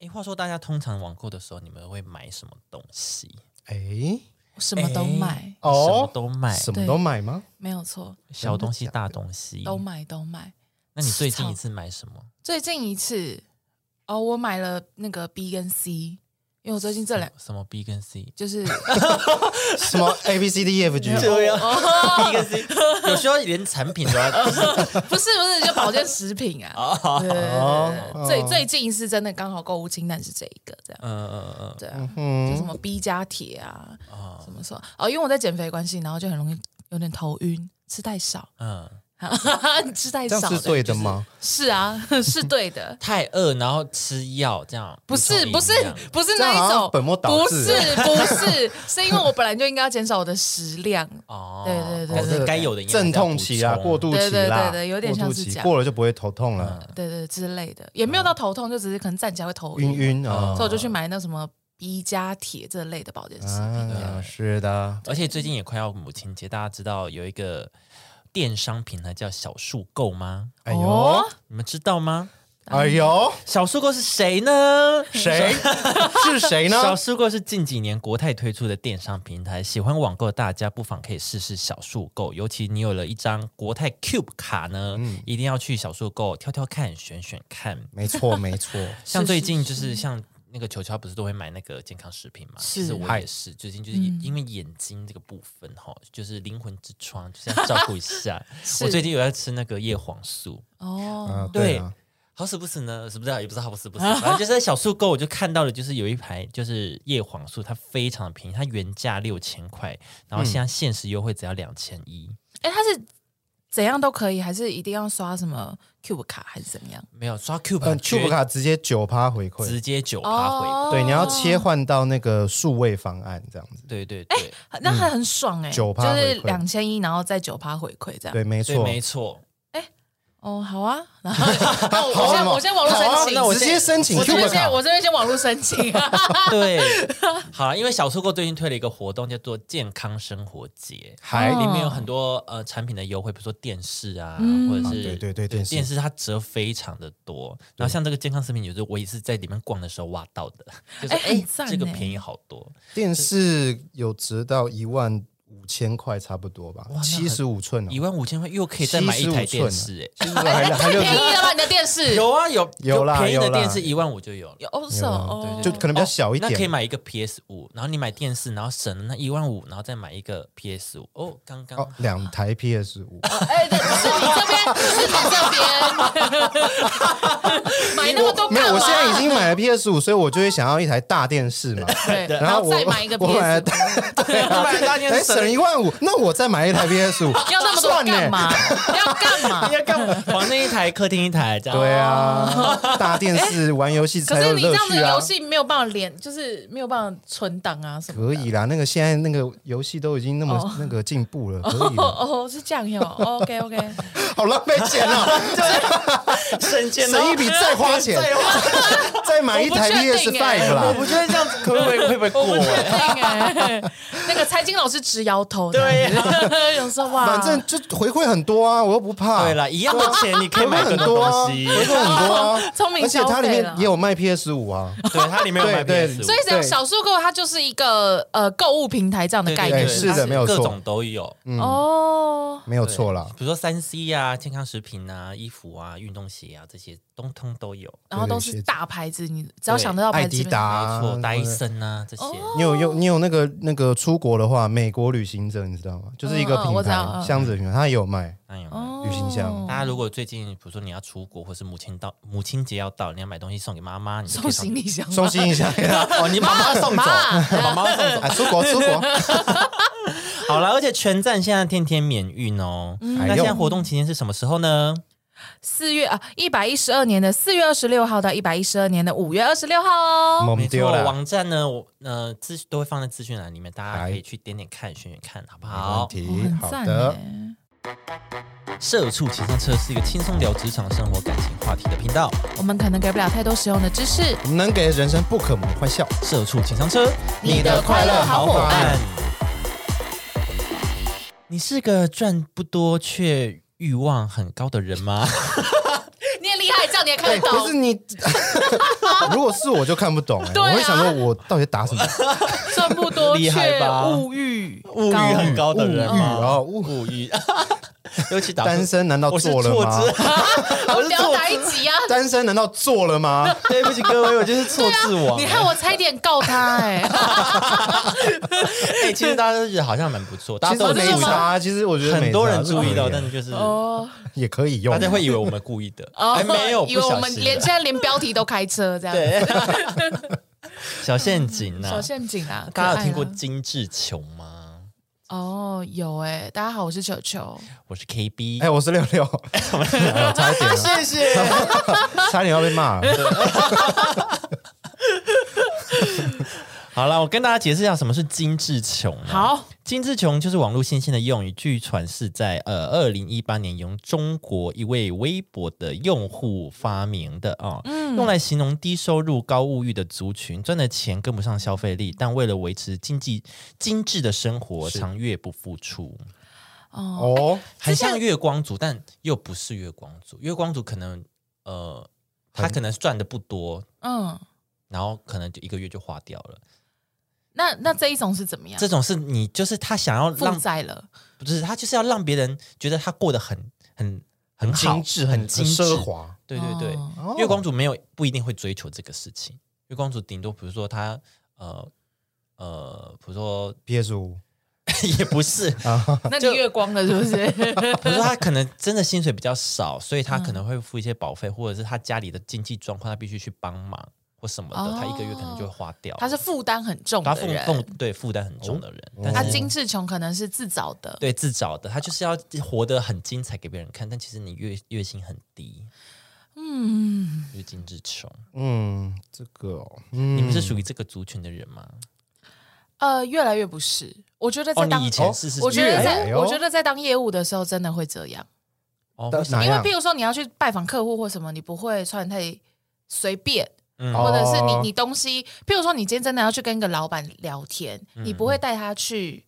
哎，话说大家通常网购的时候，你们会买什么东西？哎，我什么都买，什么哦，都买，什么都买吗？没有错，小东西、大东西都买都买。那你最近一次买什么？最近一次哦，我买了那个 B 跟 C，因为我最近这两什么 B 跟 C？B 就是什么 A B C D E F G？对哦啊跟 C 有需要连产品都要不是不是就保健食品啊，对对对哦对，最最近一次真的刚好购物清单是这一个这样，嗯嗯嗯对啊，就什嗯，么 B 加铁啊，嗯哦什么什么哦，因为我在减肥关系，然后就很容易有点头晕，吃太少，嗯，吃太这少样是对的？吗？是啊，是对的。太饿然后吃药这样不是不是不是这样好那一像种本末倒不置啊是不是，是因为我本来就应该要减少我的食量，哦，对对对还对是该有的营养阵痛期要啊，补充过渡期啦，对对对对有点过渡像是期这样过了就不会头痛了，对对之类的，也没有到头痛，就只是可能站起来会嗯头嗯晕晕，晕啊哦所以我。就去买那什么 B 加铁这类的保健食品。这样啊，是的，而且最近也快要母亲节，大家知道有一个电商平台叫小树购吗？哎呦哦，你们知道吗？哎呦，小树购是谁呢？嗯 谁是谁呢？小树购是近几年国泰推出的电商平台，喜欢网购的大家不妨可以试试小树购，尤其你有了一张国泰 Cube 卡呢，嗯一定要去小树购挑挑看、选选看。没错，没错，像是最是近就是像那个球球，不是都会买那个健康食品嘛？其是实嗯我也是，最近就是也因为眼睛这个部分哈，就是灵魂之窗，就是要照顾一下。 是我最近有在吃那个叶黄素，哦啊，对啊，好死不死呢，死不知啊道也不知道好不死不死，反正就是在小树购我就看到了，就是有一排就是叶黄素，它非常的便宜，它原价六千块，然后现在限时优惠只要两千一。哎，它是怎样都可以，还是一定要刷什么 Cube 卡还是怎么样？没有刷 Q 版嗯，Cube 卡直接九趴回馈，直接九趴回哦馈，对，你要切换到那个数位方案这样子，对对对，那它很爽哎， 9%就是嗯回馈两千一，然后再九趴回馈这样。对，没哦对错，没错。哦，好 啊，然后那我我好啊先我先网络好啊申请，那我直接申请我这 Cube 边卡先，我这边先网络申请， 对，好了，因为小收购最近推了一个活动，叫做健康生活哦节，还里面有很多呃产品的优惠，比如说电视啊，嗯或者是、啊对对对电视电视它折非常的多。然后像这个健康食品，就是我也是在里面逛的时候挖到 的，就是哎很哎、赞这个哎便宜好多，电视有值到一万五千块差不多吧，七十五寸哦一，万五千块又可以再买一台电视、哎、 75寸啊还 还太六便宜了吧？你的电视有啊有有啦便宜的有啦电视一万五就有了。有哦是有啊哦，就可能比较小一那可以点，买一个 PS 五，然后你买电视，然后省了那一万五，然后再买一个 PS 五。哦，刚刚哦， 两台 PS 五，哎，对是你这边，是你这边， 买那么多没干有，我嘛？现在已经买了 PS 五，所以我就会想要一台大电视 嘛。哎对，然然后后我再买一个我买了 PS，大， 对啊，买了大电视哎省了一万五，那我再买一台 PS 五， 要那么多算呢干嘛？要干 嘛你？要干嘛？房间一台，客厅一台，这样。对 啊，大电视玩游戏可才是有你这乐样的趣啊游。戏没有办法连，就是没有办法存档啊什么可的。以啦，那个现在那个游戏都已经那么哦那个进 步了，可以了，哦哦，是这样哟。OK OK，好浪费钱啊！省钱哦省一笔再花钱，再买一台 我不确 PS 定 Five 我啦。不觉得这样子可不可以会不会我过不确？定哎。 那个财经老师直摇头。对呀， 有时候哇，反正就回馈很多啊，我又不怕。对了，一样的钱你可回以买馈更很多多啊，东回西。馈很多啊， 聪明而且它里消费面啦也有卖 PS 五啊，对，它里面有卖对 PS 对五所以，这样对小数购它就是一个呃购物平台这样的概念。对是的没有错嗯各种都有，哦，没有错啦。比如说三 C 啊、健康食品啊、衣服啊、运动鞋啊这些，通通都有。然后都是大牌子，你只要想得到牌艾子，迪没这边达，啊错，戴森啊这些，哦你有用你有那个那个出国的话，美国旅行者你知道吗？就是一个嗯嗯品我知道牌嗯箱子的品牌，它也有 卖。哎呦。哦旅行箱大家如果最近，比如说你要出国，或是母亲到母亲节要到，你要买东西送给妈妈，你就可送以上行李箱，送行李箱给他， 哦，你把妈妈送走，妈把妈妈送走。啊，出国出国，好了，而且全站现在天天免运哦。哎那呦现在活动期间是什么时候呢？ 哎四月啊，一百一十二年的四月二十六号到一百一十二年的五月二十六号哦。我没们错，丢了，网站呢，我呃资都会放在资讯栏里面，大家可以去点点看、选选看，好不没问好？哦题，很嗯好赞的。耶社畜骑上车是一个轻松聊职场、生活、感情话题的频道。我们可能给不了太多实用的知识，我们能给人生不可磨的欢笑。社畜请上车，你的快乐好伙伴。你你 是个赚不多却欲望很高的人吗？你也厉害，这样你也看哎得可是懂。你， 如果是我就看不懂哎、对啊我会想说，我到底打什么？这么多厉害却吧物欲物欲很高的人嘛，然后物物欲， 尤其打单身难道我是做了错吗？字， 我是聊错哪一字， 集啊？ 单身难道做了吗？对不起各位，我就是错字王啊你。害我差一点告他 哎、哎，其实大家都觉得好像蛮不错，大其家实都有没注意到，差，其实我觉得很没差多人注意到，是可以但啊是就是哦也可以用，大家会以为我们故意的，哦，哎，没有，以不为我小们心连的，现在连标题都开车这样， 对，小陷阱小呐。陷阱啊，大家可爱有听过啦金志琼吗？哦，有哎、大家好，我是球球，我是 KB，哎，我是六 六，差一点了，谢谢。差点要被骂了。 好了，我跟大家解释一下什么是金志琼。，好，金志琼就是网络新兴的用语，据传是在呃二零一八年由中国一位微博的用户发明的啊、嗯用来形容低收入高物欲的族群，赚的钱跟不上消费力，但为了维持经济精致的生活，常越不付出，哦，哦，很像月光族，但又不是月光族。月光族可能呃，他可能赚的不多，嗯，然后可能就一个月就花掉了。那那这一种是怎么样这？种是你就是他想要负让债了，不是他就是要让别人觉得他过得很很很好，精致，很很精致奢。华。对对对，哦哦月光族没有不一定会追求这个事情，月光族顶多比如说他呃呃，比如说 PS 五也不是，比那你就月光了是不是？ 如说他可能真的薪水比较少，所以他可能会付一些保费，或者是他家里的经济状况他必须去帮忙或什么哦的，他一个月可能就会花掉。他是负担很重他的负人，哦负对负担很重的人，但他是金志琼可能是自找的。对自找的，他就是要活得很精彩给别人看，但其实你月月薪很低，嗯，就是金志琼。嗯，这个哦，嗯，你们是属于这个族群的人吗？呃，越来越不是。我觉得哦，在当，你以前是是，我觉得哎在，呦我觉得在当业务的时候真的会这样，哦，但为什么哪因为样譬如说你要去拜访客户或什么，你不会穿得太随便，嗯哦或者是你你东西，譬如说你今天真的要去跟一个老板聊天，嗯你不会带他去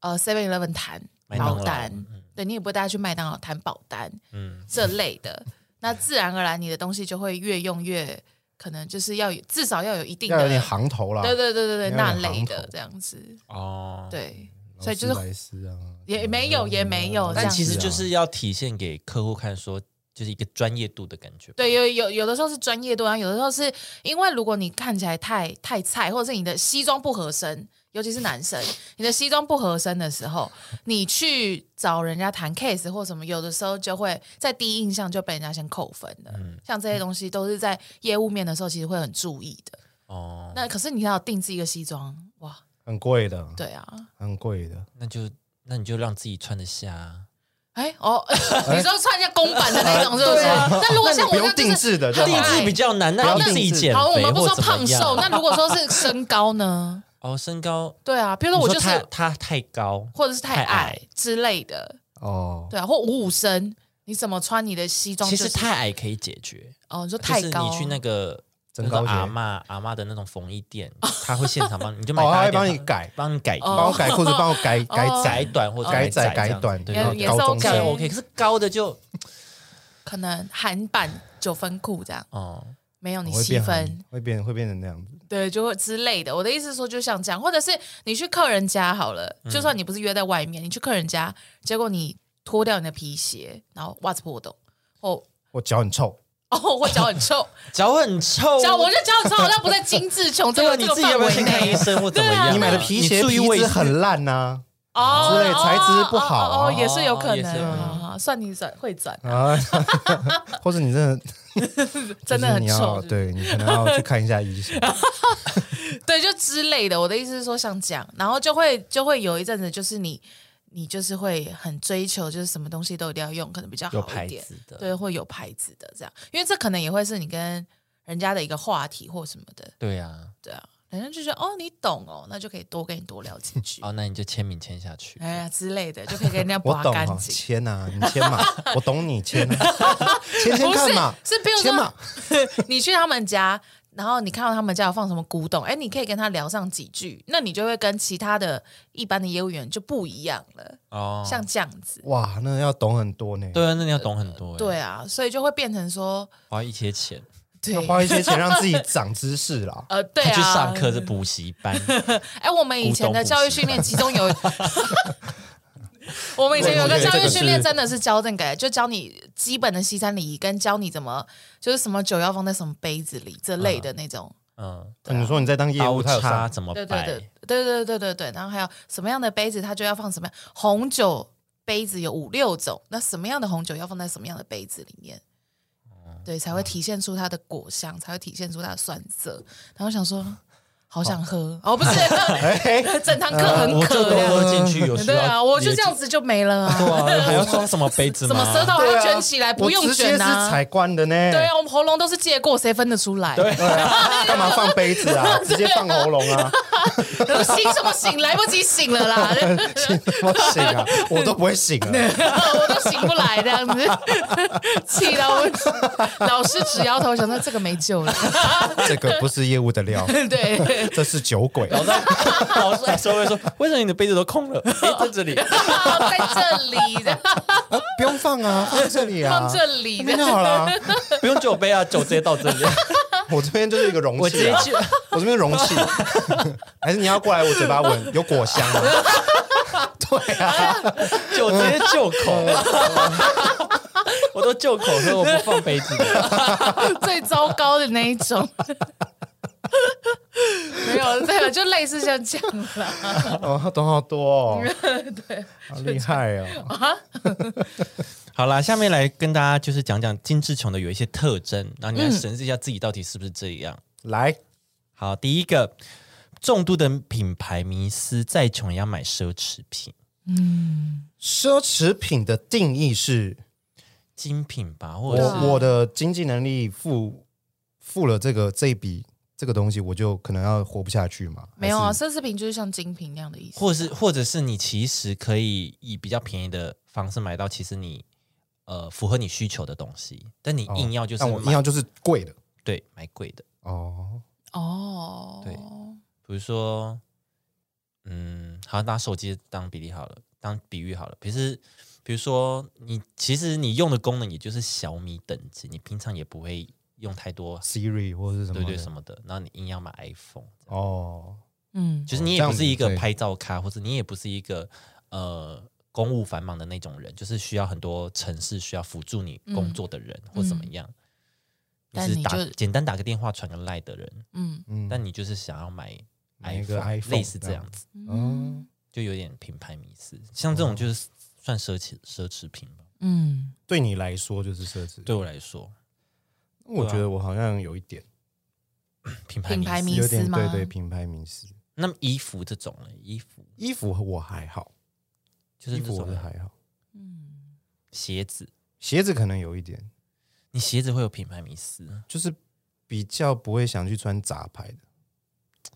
呃 Seven Eleven 谈麦当劳保单，对你也不会带他去麦当劳谈保单嗯，这类 的，那自然而然你的东西就会越用越可能就是要有至少要有一定要有点的，行头啦。对对对对要有对那行类头的这样子，哦，，对，劳斯所以就是莱斯啊，也没有也没有这但样其子啊实就是要体现给客户看，说就是一个专业度的感觉。对，有有有的时候是专业度，啊然后有的时候是因为如果你看起来太太菜，或者是你的西装不合身，尤其是男生，你的西装不合身的时候，你去找人家谈 case 或什么，有的时候就会在第一印象就被人家先扣分的。像这些东西都是在业务面的时候，其实会很注意的。哦，那可是你要定制一个西装，哇，很贵的，对啊。很贵的。那就那你就让自己穿得下啊。哎哦， 你说穿一下公版的那种是不是？那如果像我不这用样就定是制的就很好，定制比较难，那好你那自己减好，我肥们不或说怎么胖瘦，那样？如果说是身高呢？哦，身高，对啊，比如说我你就说是他他太高，或者是太太矮矮之类的，哦，对啊，或五五身，你怎么穿你的西装、其就是？实太矮可以解决，哦，你就说太是高，你去那个。增那种高鞋阿嬷阿嬷的那种缝衣店，他会现场帮你，你就买哦，大还一点帮你吧改，帮你改衣哦帮我改裤子，帮我改改哦改窄，短或改窄窄改短，对，也然后也是高中 OK 这样生 OK。可是高的就可能韩版九分裤这样，哦，没有你会七变分很，，会变会变成那样子。对，就会之类的。我的意思是说，就像这样，或者是你去客人家好了，嗯就算你不是约在外面，你去客人家，结果你脱掉你的皮鞋，然后袜子破洞，哦我脚很臭，哦，我脚 很臭，脚很臭，脚我就脚很臭，好像不在精致穷这这个啊个你这自个己要范不要围先看医内生或怎么对啊样？你买的皮你鞋注意皮卫质生很烂呐哦之类材质不好啊哦哦，也是有可也是有可能，哦能好好算你转会转。 啊， 或者你真的 真就的是很你臭要，是不是对你可能要去看一下 医生。对，就之类的。我的意思是说，像这样，然后就会就会有一阵子，就是你你就是会很追求，就是什么东西都一定要用，可能比较有好牌一点，子的，对，会有牌子的这样，因为这可能也会是你跟人家的一个话题或什么的，对啊，对啊，人家就觉得哦，你懂哦，那就可以多跟你多聊几 句，哦，那你就签名签下去。哎呀之类的，就可以跟人家我拔懂干啊，净。签呐，你签 嘛，我懂你签啊，签签不是看嘛，，是比如签嘛说，你去他们家，然后你看到他们家有放什么古董，哎，你可以跟他聊上几句，那你就会跟其他的一般的业务员就不一样了，哦，像这样子。哇，那要懂很多呢，对啊，那你要懂很多，，对啊，所以就会变成说，花一些钱，对。要，花一些钱让自己长知识啦 呃，对他啊，去上课是补习 班，哎，我们以前的教育训练，其中 有，我们以前有个教育训练，真的是教这个，就教你基本的西餐礼仪，跟教你怎么就是什么酒要放在什么杯子里这类的那种。嗯，啊你说你在当业刀务，他有叉 上怎么对对摆对？对对对对对，然后还有什么样的杯子，它就要放什么样红酒杯子有五六种，那什么样的红酒要放在什么样的杯子里面，对，才会体现出它的果香，才会体现出它的酸涩。然后想说，好想喝，哦，不是，哎啊整堂课很我就渴多 呀。喝进去，有需对要啊，我就也这样子就没了 啊。对啊，还要装什么杯子吗？什么舌头还对要啊卷起来，不用我直接卷是啊。采罐的呢。对啊，我们喉咙都是借过，谁分得出来？ 对对啊， 干嘛放杯子啊？直接放喉咙 啊？醒什么醒？来不及醒了啦，我醒啊，我都不会醒 啊。我都醒不来这样子， 气到我。老师直摇头，想说这个没救了。 这个不是业务的料，对， 这是酒 鬼。老师，老师还说会说，为什么你的杯子都空 了？哎，在这里，在这里，不用放 啊，放这里啊，放这里那边就好了。不用酒杯啊，酒直接到 这里。 我这边就是一个容我直器接啊，去， 我这边容器，还是你要过来我嘴巴闻，有果香啊吗？ 对啊，酒直接就口， 我都就口喝，我不放杯子的。最糟糕的那一种。 没有，对啊，就类似像这样啦。 哦，他懂好多哦，对，好厉害哦，好啦，下面来跟大家就是讲讲精致穷的有一些特征，然后你来审视一下自己到底是不是这样。来，好，第一个，重度的品牌迷思，再穷也要买奢侈品，奢侈品的定义是精品吧，或者是我我的经济能力付付了这个这一笔这个东西，我就可能要活不下去嘛？没有啊，还是奢侈品就是像精品那样的意思。或者是或者是你其实可以以比较便宜的方式买到，其实你呃符合你需求的东西，但你硬要就是但哦我买硬要就是贵的对买贵的，哦。哦，对比如说，嗯，好拿手机当比例好了，当比喻好了，其实。比如说，你其实你用的功能也就是小米等级，你平常也不会用太多 Siri 或者是什么对的对什么的，然后你硬要买 iPhone，哦，嗯，就是你哦也这不样是一子个对拍照咖，或者你也不是一个呃公务繁忙的那种人，就是需要很多城市需要辅助你工作的人、或怎么样。嗯但是你打就简单打个电话传个赖的人，嗯嗯，但你就是想要买买一个 iPhone， iPhone 类似这这样样子，嗯就有点品牌迷思。像哦这种就是算奢侈奢侈品吧，嗯，对你来说就是奢侈。对我来说，我啊觉得我好像有一点，品牌品牌迷思。迷有思点吗？对对品牌名思。那么衣服这种呢？衣服衣服我还好，就是衣这服我种是还好，嗯，鞋子，鞋子可能有一点，你鞋子会有品牌迷思，就是比较不会想去穿杂牌的，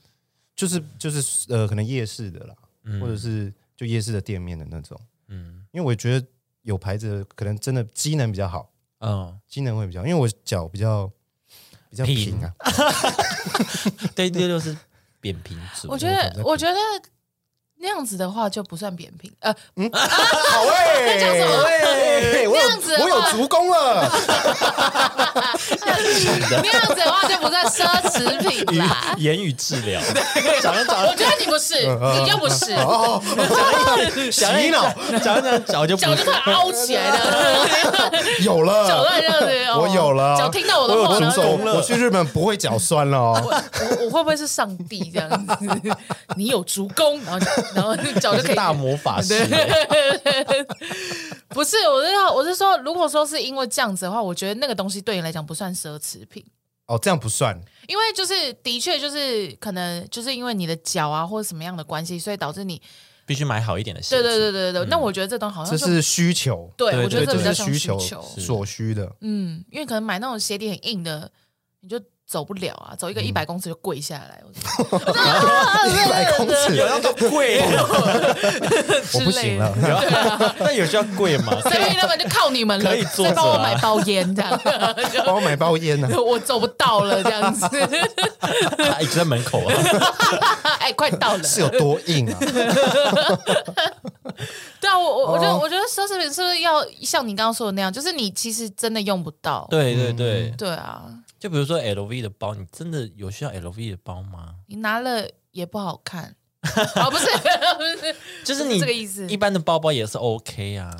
就是就是呃，可能夜市的啦，嗯或者是就夜市的店面的那种，嗯因为我觉得有牌子的可能真的机能比较好， 嗯，机能会比较，因为我脚比较比较平平 啊，对六六是扁平足，我觉得，我觉得那样子的话就不算扁平，呃，好哎，叫什 么喂哎我欸这有样子的话我有足弓了， 那样子的话就不算奢侈品啦。 言语治 疗，讲着讲我觉得你不是，嗯你就不是，哦，着洗脑，讲着讲着脚就不脚就突然凹起来 了，有了，脚乱这样子。哦我有了脚听到我的话，我然有后就手，我去日本不会脚酸了哦。我我会不会是上帝这样子？你有足弓，然后就然后脚就可是以大魔法师， 不是，我是要，我是说，如果说是因为这样子的话，我觉得那个东西对你来讲不算奢侈品，哦，这样不算，因为就是的确就是可能就是因为你的脚啊或者什么样的关系，所以导致你必须买好一点的鞋对子。对对对嗯对。那我觉得这东西好像这啊就是需求，对对我觉对对，得这这比较是像需求求，所需的。嗯，因为可能买那种鞋底很硬的，你就走不了啊，走一个一百公尺就跪下来，我就一百公尺，有那种贵，我不之行类的了。那有需要贵 吗？所以那边就靠你们了，可以坐着啊再帮我买包烟这样， 帮我买包烟啊呢、就我走不到了这样子，他一直在门口 啊，哎，快到了，是有多硬啊？对啊，我我我觉得哦我觉得奢侈品是不是要像你刚刚说的那样，就是你其实真的用不到，对对对，对啊，就比如说 LV 的包，你真的有需要 LV 的包吗？你拿了也不好看，啊，不是不是，就是你这个意思一般的包包也是 OK 啊，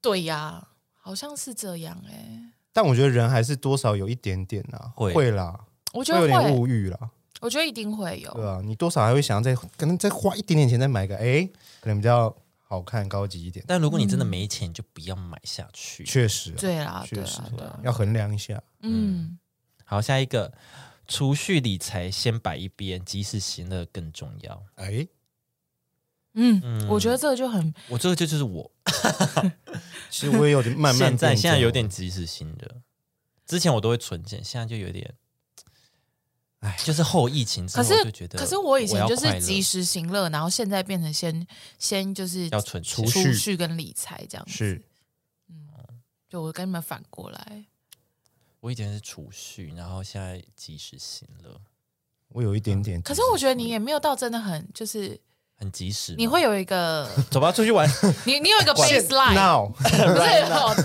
对呀、好像是这样哎、但我觉得人还是多少有一点点啊，会啦，我觉会有得点会，物欲啦，我觉得一定会有，对吧、你多少还会想要再可能再花一点点钱再买个，哎，可能比较好看、高级一点。但如果你嗯真的没钱，就不要买下去。确实啊、对啦，对确实啦，对啊啦，要衡量一下。嗯，好，下一个，储蓄理财先摆一边，及时行乐更重要。哎，嗯，嗯我觉得这个就很我这个就就是我其实我也有点慢慢现在变现在有这点样及时行乐，之前我都会存钱，现在就有点，哎，就是后疫情之后可我就是觉得，可是我以前要就是快乐及时行乐，然后现在变成先先就是要存储钱蓄储蓄跟理财这样子，是就我跟你们反过来，我以前是储蓄，然后现在及时行乐，我有一点嗯点，可是我觉得你也没有到真的很就是很及时嘛。你会有一 个走吧，出去玩，你你有一个 baseline。 now 不是，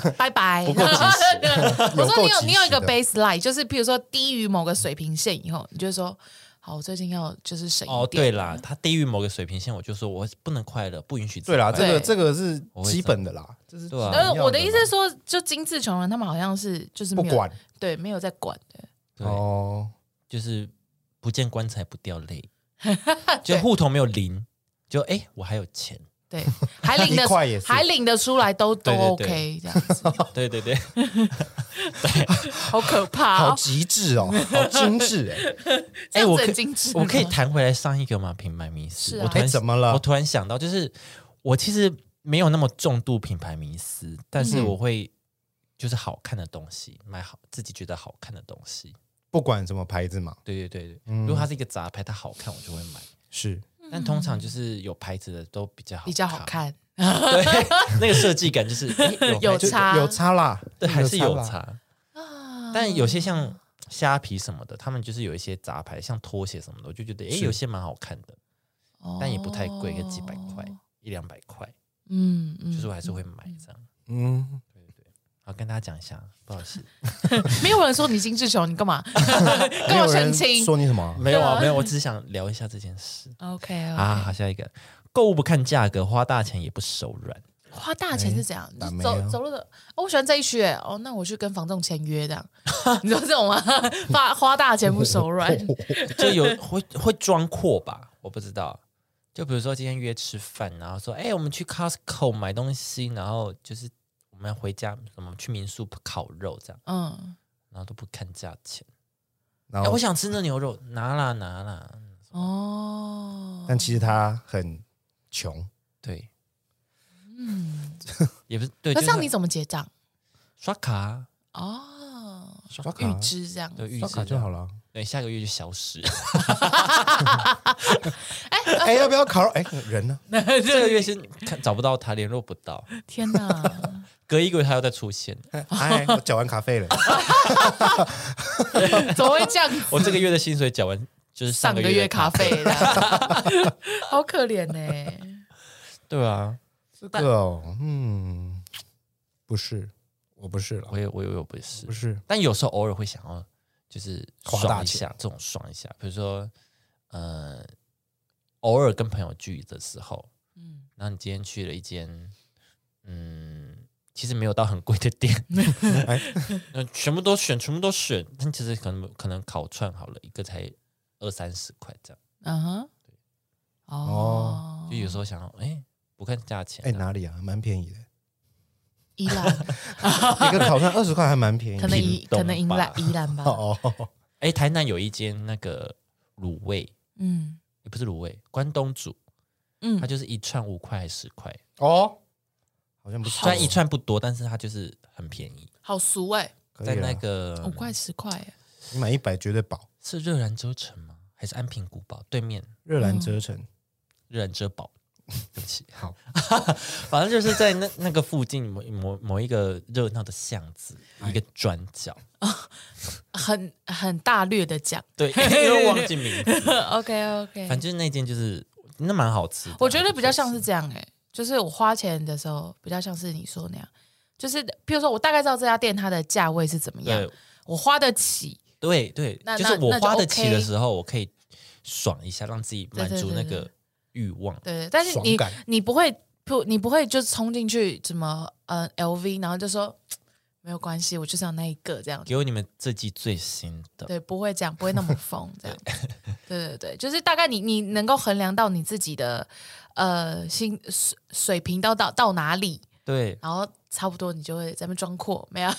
哦 拜拜。不够及 时我说有够及你有时你有一个的 baseline，就是譬如说低于某个水平线以后，你就说好，我最近要就是省一哦，点。对啦，他低于某个水平线，我就说我不能快乐，不允许自己 对啦，快这乐个对这个是我会基本的啦，这是对啊基本呃要，我的啦意思是说，就精致穷人他们好像是就是不没有管对没有在管的，对哦，就是不见棺材不掉泪， 就户头没有零，就哎、诶我还有钱， 对，还领一块也的是还领得出来都都对对对 OK 这样子，哦对对对，好可 怕好哦！极致 哦，好精致哎，这样我子可很精致吗，我可以谈回来上一个吗？品牌迷思，是 啊我突然哎怎么了我突然想到，就是我其实没有那么重度品牌迷思，但是嗯我会就是好看的东西，买好自己觉得好看的东西。不管什么牌子嘛，对对对对，嗯如果它是一个杂牌，它好看我就会买。是但通常就是有牌子的都比较好，嗯比较好，看，对，那个设计感哎就是 诶有有牌子就差啊有差啦，对，还是有啦。差。但有些像虾皮什么的，他们就是有一些杂牌，像拖鞋什么的，我就觉得诶，是有些蛮好看的，但也不太贵，哦个几百块、一两百块，嗯嗯，就是我还是会买这样。嗯，好，跟大家讲一下，不好意思，没有人说你精致穷，你干嘛没干有嘛澄人清说你什么啊？ 没有啊，没 有，我只是想聊一下这件事？OK 啊。好，下一个，购物不看价格，花大钱也不手软。花大钱是怎样？哎打就妹啊走走路的哦，我喜欢这一区哎，哦，那我去跟房东签约这样， 你知道这种吗？ 花花大钱不 手软，就有会会装阔吧，我不知道。就比如说今天约吃饭，然后说，哎、我们去 Costco 买东西，然后就是我们回家什么去民宿烤肉这样，嗯，然后都不看价钱。然哎我后，想吃那牛肉，拿啦拿啦。哦，但其实他很穷，对，嗯，也不是对，那就这是样你怎么结账？刷卡啊哦，刷卡预支这样，对 预刷卡支就好了。对，下个月就消 失。 哎，要不要烤肉？哎，人呢？这个月是看找不到他，联络不到，天 哪，隔一个月他又再出 现。哎，我缴完 卡费了，怎么会这样子？我这个月的薪水缴完，就是上上个个月月咖卡。啡的， 好可怜呢。对啊，这个哦，嗯，不是，我不是了我，也我也我也不是不，是，但有时候偶尔会想要就是花大爽一下，这种爽一下，比如说呃，偶尔跟朋友聚的时候，嗯然后你今天去了一间，嗯，其实没有到很贵的 店，那全部都选，全部都选，但其实可能可能烤串好了，一个才二三十块这样，嗯哼，哦，就有时候想要，哎、不看价钱，哎，哪里啊？蛮便宜的，宜兰一个烤串二十块还蛮便宜的，可能宜屏东可能宜吧兰宜兰 吧，哦，哎、台南有一间那个卤味，嗯也不是卤味，关东煮，它嗯，就是一串五块还是十块，哦，好像不是，虽然一串不多，但是它就是很便宜。好俗哎，可以在啦那个哦五块十块哎，你买一百绝对饱，是热兰遮城吗？还是安平古堡对面热兰遮城。嗯热兰遮堡？对不起，好，反正就是在那那个附近某某某一个热闹的巷子，一哎个转角。很很大略的 讲对，又忘记名字， ，OK 反 OK，正那间就是那蛮好吃的啊。我觉得比较像是这样哎、就是我花钱的时候比较像是你说那样，就是比如说我大概知道这家店它的价位是怎么样对，我花得起，对对，那就是那我那就花得起 OK 的时候，我可以爽一下，让自己满对对足对那对个欲望。对，但是爽你感你不会不你不会就冲进去什么呃 LV，然后就说嘖没有关系，我就是要那一个这样子。给我你们这季最新的，对，不会这样，不会那么疯这样。 对对对，就是大概你你能够衡量到你自己的呃薪水水平到到到哪里，对，然后差不多你就会在那边装阔，没有？啊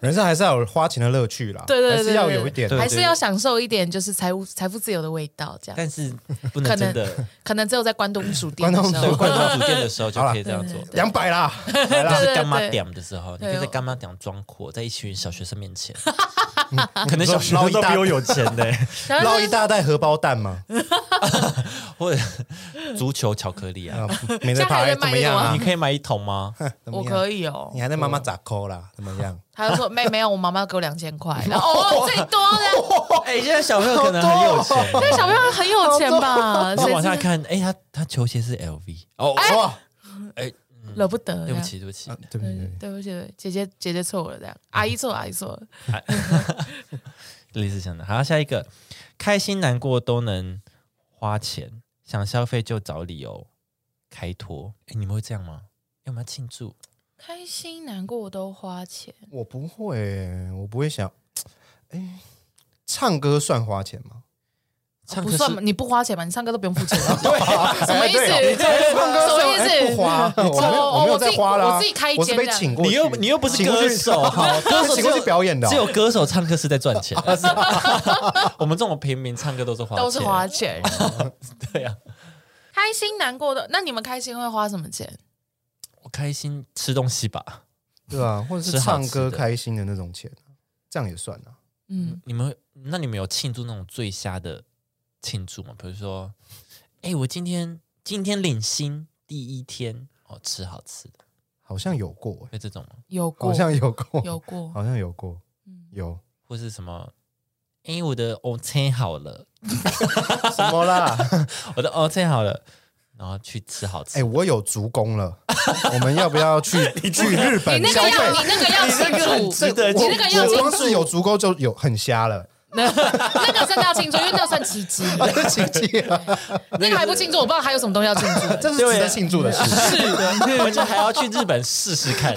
人生还是要有花钱的乐趣啦， 对对对还是要有一点对还是要享受一点就是财务财富自由的味道，这样。但是不 可能真能的可能只有在关东煮店的关时东对煮候，关东煮店的时候就可以这样做， 对两百啦，来 但啦，是干妈对对点的时候，你可以对在我干妈点装阔，在一群小学生面 前，可那小学生都比我有钱的，然后捞就一是大袋荷包蛋 嘛， 或者足球巧克力啊啊，没得现在还拍在怎卖么样啊你？可以买一桶 吗？怎么我样可以哦，你还在妈妈咋抠啦？怎么 样？他就说：“妹，没有，我妈妈给我两千块。”然后哦，最多的，哎，现在小朋友可能很有钱。那小朋友很有钱吧？你谁往下知看，哎，他他球鞋是 LV，哦，哎哇，惹不得？对不，起，对不起，啊对不起，对不对不起，姐姐姐姐错了，这样阿姨错了，阿姨错了。类似像的。好，下一个，开心难过都能花钱，想消费就找理由开脱。哎，你们会这样吗？要不要庆祝？开心难过都花钱，起我不会，我不会想，哎，唱歌算花钱吗？唱不歌算是吗？你不花钱吗？你唱歌都不用付钱了，对， 什么意思？哎对哦什唱歌么算意哎思？不花，我没有哦哦我没有我自在己花啦，我自己开一我是间被这样请过去，你又你又不是请过去歌手 哈 歌手请过去表演的哦，只有歌手唱 歌是在赚钱， 我们这种平民唱歌都是花钱，都是花钱。对啊，开心难过的，那你们开心会花什么钱？我开心吃东西吧。对啊，或者吃是好唱吃歌的开心的那种钱，这样也算啊。嗯，你们那你们有庆祝那种最瞎的庆祝吗？比如说，哎、我今天今天领薪第一天，哦，吃好吃的，好像有过、欸，会这种吗？有过好，像有过，有过，好像有过，嗯 有或是什么？哎、我的 O C 好了，什么啦？我的 O C 好了，然后去吃好哎、吃。我有足弓了，我们要不要去去日 你本那消个要，费？你那个要庆祝，值得我庆你那个要我庆光祝是有足够就有很瞎 了， 那个真的要庆祝，因为那算奇迹。请记啊，那个还不庆祝，我不知道还有什么东西要庆祝。这是值得庆祝的事。是 的，我就还要去日本试试看。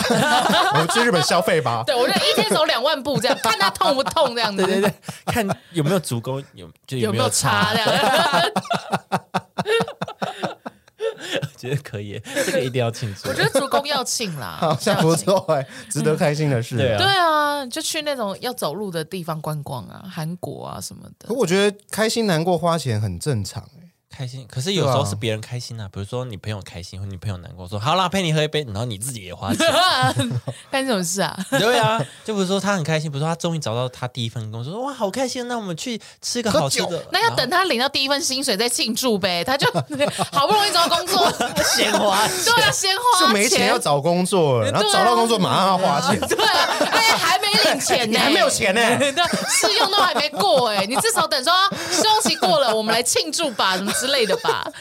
我们去日本消费吧，对，我就一天走两万步这样，看他痛不痛这样子。对对对， 看有没有足够，有就有没没有差差这，样？觉得可以，这个一定要庆祝 我。觉得足弓要庆啦，好像不要庆错哎、值得开心的事。对啊对啊，就去那种要走路的地方观光啊，韩国啊什么 的可。我觉得开心、难过、花钱很正常、欸，开心，可是有时候对啊是别人开心啊，比如说你朋友开心或你朋友难过，说好啦，陪你喝一杯，然后你自己也花钱，干什么事啊？ 对啊，就比如说他很开心，比如说他终于找到他第一份工作，说哇好开心，那我们去吃个好吃喝的，那要等他领到第一份薪水再庆祝呗。他就 好不容易找到 工作， 鲜花， 对啊，先花就没钱要找工作了，然后找到工作马上要花钱，对啊，哎，还没领钱 你呢，还没有钱呢、对试用都还没过哎、你至少等说试用期过了，我们来庆祝吧，什么之类的吧。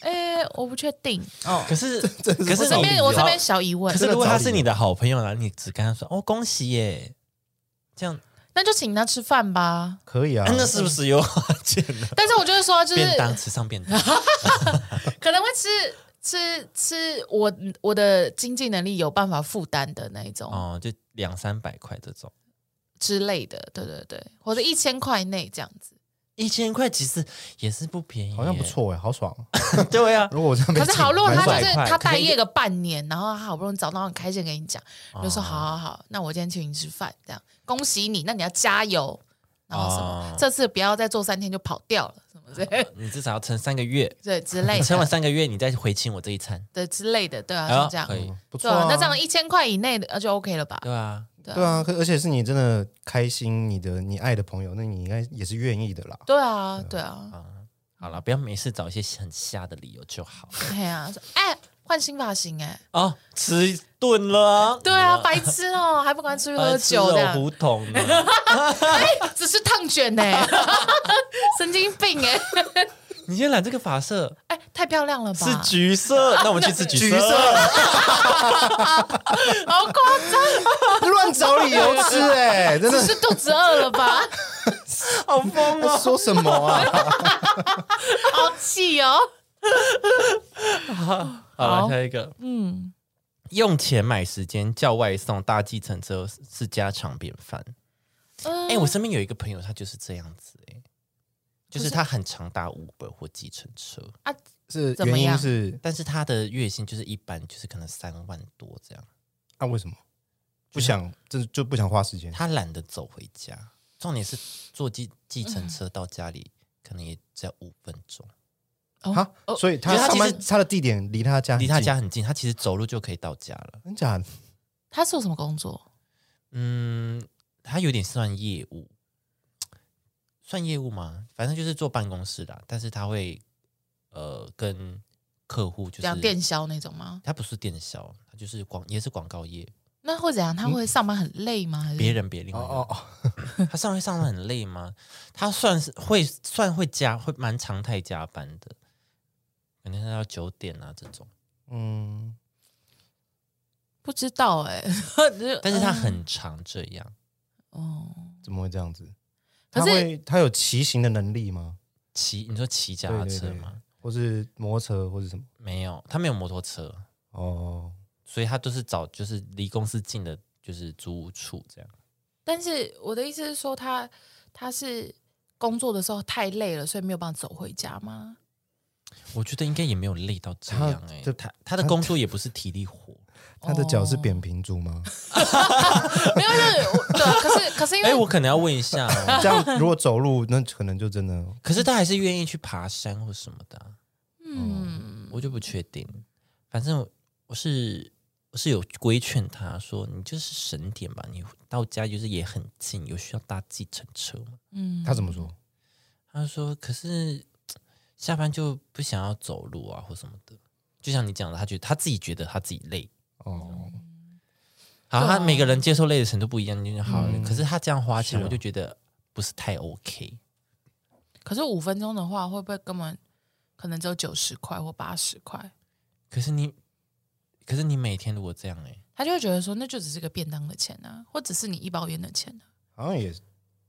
哎、我不确定，可 是可我是这你边我这边小疑问可，是如果他是你的好朋友呢，你只跟他说哦恭喜耶，这样、那就请他吃饭吧。可以啊啊，那是不是有 花钱呢？但是我就会说，就是便当吃上便当，可能会吃吃吃我我的经济能力有办法负担的那一种、哦，就两三百块这种。之类的，对对对，或者一千块内这样子。一千块其实也是不便宜，好像不。错哎、好爽。 对啊，如果我这样被可是好，如果他就是蛮爽他待业个半年，然后他好不容易找到很开心跟你讲，就说好好好，那我今天请你吃饭，这样恭喜你，那你要加油，然后什么、哦这次不要再做三天就跑掉了，什么之类的 你至少要撑三个月，对之类你撑完的三个月，你再回请我这一餐，对之类的，对啊，哎呦像这样，可以嗯不错对啊啊，，那这样一千块以内的呃就 OK 了吧？对啊，对啊，可而且是你真的开心，你的你爱的朋友，那你应该也是愿意的啦。对啊，对啊，好了，不要没事找一些很瞎的理由就好。对啊，说哎，换新发型哎，哦，迟钝了，对啊，白痴哦，还不管出去喝白酒这痴哦样有，胡同啊呢，只是烫卷呢、 神经病哎、你先染这个发色哎、太漂亮了吧，是橘色，那我们去吃橘橘色好夸张，乱找理由吃，哎，真只的是肚子饿了 吧，好疯在说什么啊？好气哦，好好了，下一个，嗯，用钱买时间，叫外送，搭计程车是家常便饭。哎哎、我身边有一个朋友，他就是这样子、哎，就是他很常搭 Uber 或计程车，是怎么原因样是但是他的月薪就是一般，就是可能三万多这样，啊？为什么不想？这就不想花时间。他懒得走回家。重点是坐计计程车到家里，可能也只要五分钟，哦啊，所以他因为他上其实班他的地点离他家很离他近家，很近，他其实走路就可以到家了。真假的？他做什么工作？嗯，他有点算业务，算业务吗？反正就是坐办公室啦，但是他会呃跟客户就讲是电销那种吗？他不是电销，他就是广也是广告业，那会怎样？他会上班很累吗？还是嗯别人别另外一个人哦哦，他上会上班很累吗？他算是会算会加会蛮常态加班的，可能是到九点啊这种，嗯，不知道哎、 但嗯是他很常这样， 哦，怎么会这样子？可他是会他有骑行的能力吗？骑你说骑脚踏对对车对吗？或是摩托车或是什么？没有，他没有摩托车，哦，所以他都是找就是离公司近的，就是租屋处这样。但是我的意思是说他，他是工作的时候太累了，所以没有办法走回 家吗？我觉得应该也没有累到这他样哎、这他他的工作也不是体力活。他的脚是哦扁平足吗？没有，就是我对，可是可是因哎、为我可能要问一下、哦， 这样如果走路，那可能就真的可是他还是愿意去爬山或什么的啊、嗯，我就不确定。反正我是我是有规劝他说，你就是省点吧，你到家就是也很近，有需要搭计程车吗？嗯他怎么说？他说，可是下班就不想要走路啊或什么的，就像你讲的，他觉得他自己觉得他自己累。哦，好，对啊他每个人接受累的程度不一样，你就好了。可是他这样花钱，嗯是啊我就觉得不是太 OK。可是五分钟的话，会不会根本可能只有九十块或八十块？可是你，可是你每天如果这样哎、他就会觉得说，那就只是个便当的钱啊，或只是你一包烟的钱啊。好像也是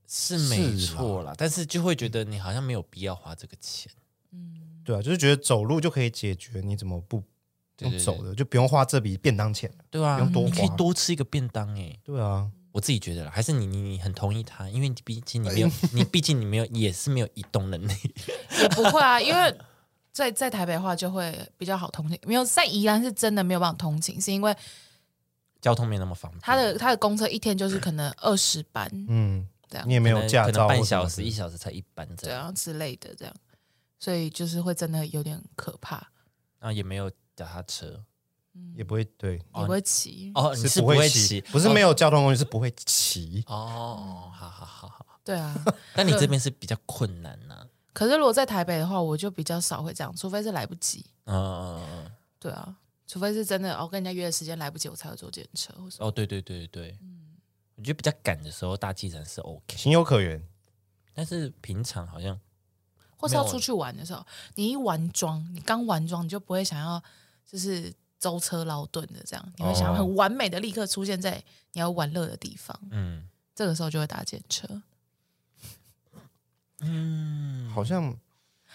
是没是啦错啦，但是就会觉得你好像没有必要花这个钱。对啊，就是觉得走路就可以解决，你怎么不对对用对走的，就不用花这笔便当钱了？对啊，不用多你可以花多吃一个便当哎、对啊，我自己觉得啦，还是你你你很同意他，因为你毕竟哎你没有，你毕竟你没有也是没有移动能力。 也不会啊，因为在在台北的话就会比较好通勤，没有在宜兰是真的没有办法通勤，是因为交通没那么方便。他的他的公车一天就是可能二十班，嗯这，样你也没没有驾啊可照能或什么的，半小时一小时才一班这对样，啊之类的这样，所以就是会真的有点可怕，然后也没有脚踏车。也不会对，也不会骑。哦，你是不会骑骑，，不是没有交通工具，是不会骑。哦哦，好好好好。对啊，但你这边是比较困难呐、可是如果在台北的话，我就比较少会这样，除非是来不及。嗯嗯嗯嗯，对啊，除非是真的哦，跟人家约的时间来不及，我才会坐电车或什么。哦，对对对对对，我觉得比较赶的时候搭计程是 OK，情有可原，但是平常好像或是要没有出去玩的时候，你一完妆，你刚完妆，你就不会想要就是舟车劳顿的这样，你会想要哦很完美的立刻出现在你要玩乐的地方。嗯这个时候就会搭建车。嗯，好像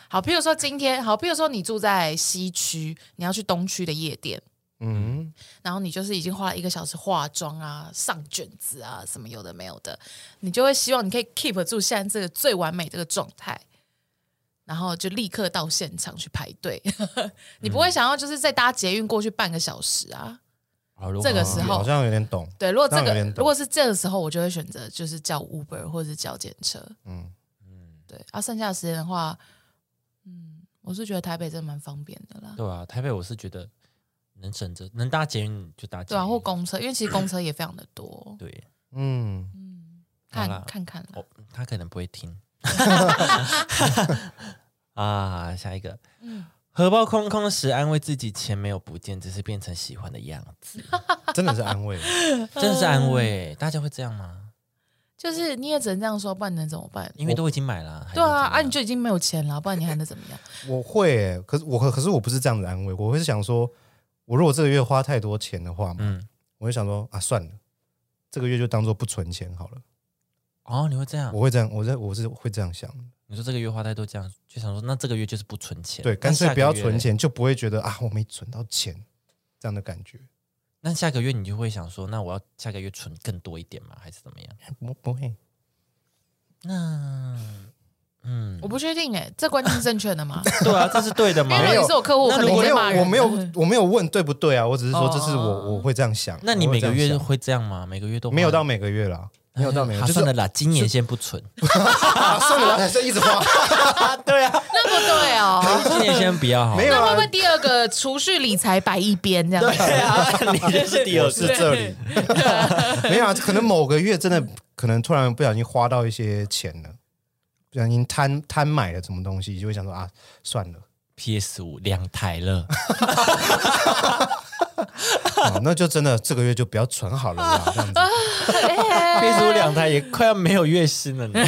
好，譬如说今天，好，譬如说你住在西区，你要去东区的夜店，嗯，然后你就是已经花了一个小时化妆啊、上卷子啊，什么有的没有的，你就会希望你可以 keep 住现在这个最完美这个状态，然后就立刻到 现场去排队。你不会想要就是再搭捷运过去半个小时啊？哦如果这个时好候，像有点懂，对，如果这那有个点懂如果是这个时候，我就会选择就是叫 Uber 或者是叫检车。嗯，对，啊，剩下的时间的话，嗯，我是觉得台北真的蛮方便的啦，对啊，台北我是觉得能省着能搭捷运就搭捷对运，啊，或公车，因为其实公车也非常的多，对，嗯，好看啦看看啦。哦，他可能不会听。 啊，下一个，嗯荷包空空时安慰自己钱没有不见，只是变成喜欢的样子，真的是 安慰。真的是安嗯慰。大家会这样吗？就是你也只能这样说，不然你能怎么办？因为都已经买了，还对啊，能怎么啊，样你就已经没有钱了，不然你还能怎么样？我会欸、可是我可可是我不是这样子安慰，我会是想说，我如果这个月花太多钱的话嘛，嗯，我会想说啊，算了，这个月就当做不存钱好了。哦，你会这样我？会这样，我在我是会这样想的，你说这个月花太多，这样就想说，那这个月就是不存钱，对，那干脆下不个要月存嘞。钱，就不会觉得啊，我没存到钱这样的感觉。那下个月你就会想说，那我要下个月存更多一点吗？还是怎么样？不不会，那嗯，我不确定哎，这观念是正确 的吗？对啊，这是对的吗因？为如果你是我客户，我那可如能我 没直接有骂人。我没有我没有问对不对啊，我只是说哦这是哦我我会这样想。那你我会每这个样月想会这样吗？每个月都没有花到每个月啦，没有到每个啊月，就是算了啦，今年先不 存，啊算了啦，是一直花， 对啊，那不对哦。今年先不要好了， 啊没有那会啊不会，第二个储蓄理财摆一边这样？对啊，你这是第我二是次，这里， 没有啊，可能某个月真的可能突然不小心花到一些钱了，不小心贪贪买了什么东西，就会想说啊，算了， PS 五两台了，啊那就真的这个月就不要存好 了啦，这样子，啊 ，PS 五两台也快要没有月薪了呢。